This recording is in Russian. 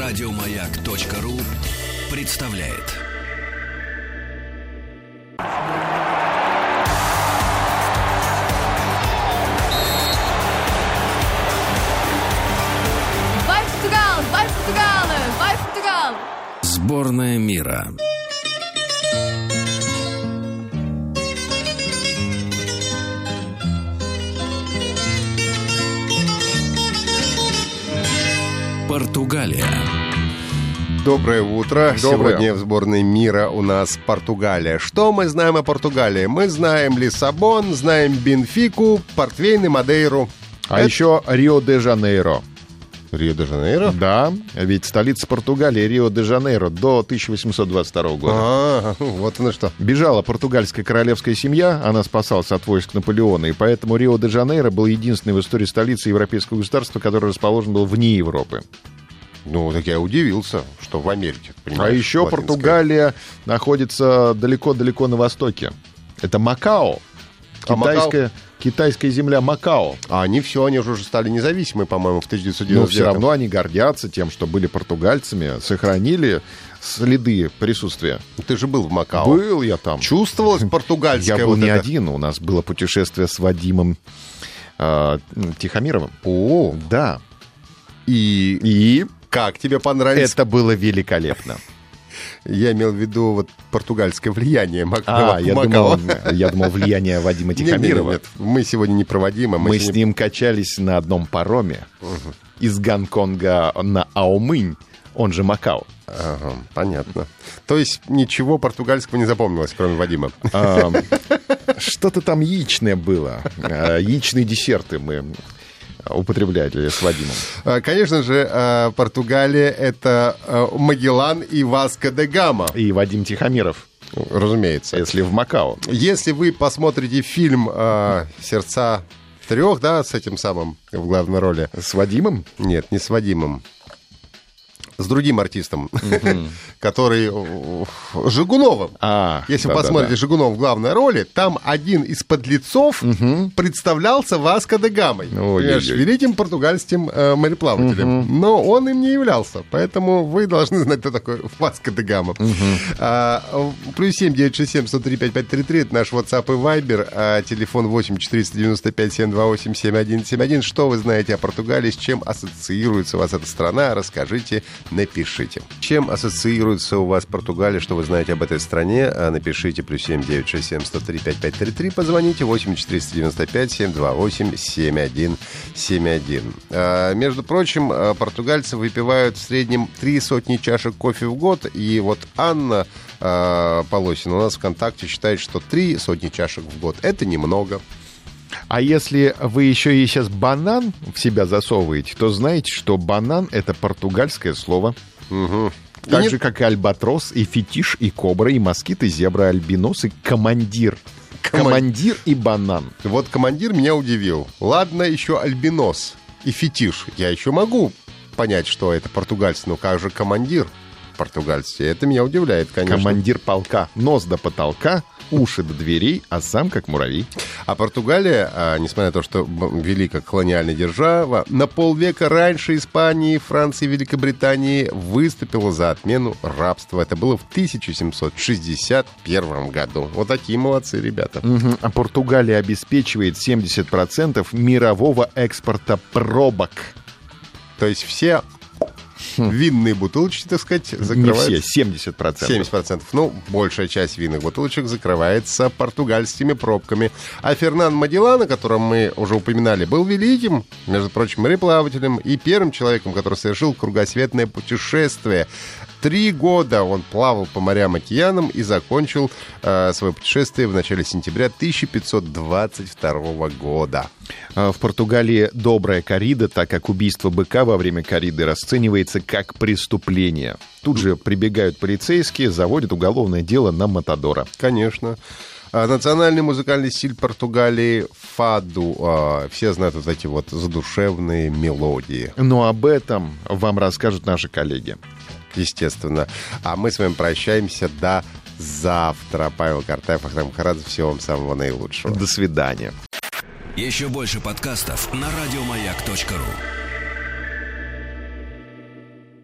Радиомаяк.ру представляет. Вай Португал! Вай Португалы! Вай Португал! Сборная мира. Португалия. Доброе утро. Доброе. Сегодня в сборной мира у нас Португалия. Что мы знаем о Португалии? Мы знаем Лиссабон, знаем Бенфику, Портвейн и Мадейру. А еще Рио-де-Жанейро. Рио-де-Жанейро? Да, ведь столица Португалии Рио-де-Жанейро до 1822 года. А, вот оно что. Бежала португальская королевская семья, она спасалась от войск Наполеона, и поэтому Рио-де-Жанейро был единственной в истории столицы европейского государства, которое расположено было вне Европы. Ну, так я удивился, что в Америке. А понимаешь, еще латинская. Португалия находится далеко-далеко на востоке. Это Макао. А Макао? Китайская, китайская земля Макао. А они все, они уже стали независимы, по-моему, в 1999 Но все равно они гордятся тем, что были португальцами, сохранили следы присутствия. Ты же был в Макао. Был я там. Чувствовалось португальское Я был вот не это? один, у нас было путешествие с Вадимом э, Тихомировым. О, да. И... И Как тебе понравилось? это было великолепно. Я имел в виду вот португальское влияние Мак- А, Макао. я думал, я думал влияние Вадима Тихомирова. Тихомирова. Нет, мы сегодня не проводим, а мы, Мы с сегодня- ним качались на одном пароме из Гонконга на Аомынь, он же Макао. Ага, понятно. То есть ничего португальского не запомнилось, кроме Вадима. А, Что-то там яичное было. А, Яичные десерты мы употребляли с Вадимом. А, Конечно же, а, Португалия — это а, Магеллан и Васко де Гама. И Вадим Тихомиров, Разумеется. если в Макао. Если вы посмотрите фильм а, «Сердца трех», да, с этим самым в главной роли, С Вадимом? Нет, не с Вадимом. С другим артистом, который... э, Жигуновым. А, Если вы да-да-да. посмотрите Жигунов в главной роли, там один из подлецов представлялся Васко де Гамой. Ой-ой-ой. понимаешь, великим португальским э, мореплавателем. Но он им не являлся. Поэтому вы должны знать, кто такой Васко де Гама. А, в- плюс 7 967 103 5533 это наш WhatsApp и Viber. а телефон 8 495 728 7171. Что вы знаете о Португалии? С чем ассоциируется у вас эта страна? Расскажите, напишите. Чем ассоциируется у вас Португалия? Что вы знаете об этой стране? А, Напишите плюс 7 967 103 5533. Позвоните 8 495 728 7171. А, Между прочим, а, португальцы выпивают в среднем три сотни чашек кофе в год. И вот Анна а, Полосина у нас ВКонтакте считает, что три сотни чашек в год – это немного. А если вы еще и сейчас банан в себя засовываете, то знаете, что банан — это португальское слово. Так И не- же, как и альбатрос, и фетиш, и кобра, и москит, и зебра, альбинос, и командир. Коман- Командир и банан. Вот командир меня удивил. Ладно, еще альбинос и фетиш. Я еще могу понять, что это португальцы, но как же командир португальцы? Это меня удивляет, конечно. Командир полка. Нос до потолка, уши до дверей, а сам как муравей. А Португалия, а, несмотря на то, что б- великая колониальная держава, на полвека раньше Испании, Франции и Великобритании выступила за отмену рабства. Это было в 1761 году. Вот такие молодцы ребята. Мгм. А Португалия обеспечивает 70% мирового экспорта пробок. То есть все винные бутылочки, так сказать, Хм. Не закрываются. все, 70%. 70%. Ну, большая часть винных бутылочек закрывается португальскими пробками. А Фернан Магеллан, о котором мы уже упоминали, был великим, между прочим, мореплавателем и первым человеком, который совершил кругосветное путешествие. Три года он плавал по морям и океанам и закончил э, свое путешествие в начале сентября 1522 года. А В Португалии добрая коррида, так как убийство быка во время корриды расценивается как преступление. Тут же прибегают полицейские, заводят уголовное дело на Матадора. Конечно. А Национальный музыкальный стиль Португалии – фаду. А, Все знают вот эти вот задушевные мелодии. Но Ну, об этом вам расскажут наши коллеги. естественно. А мы с вами прощаемся до завтра. Павел Картаев, Ахтам Харадзе. Всего вам самого наилучшего. До свидания. Еще больше подкастов на радиомаяк.ру.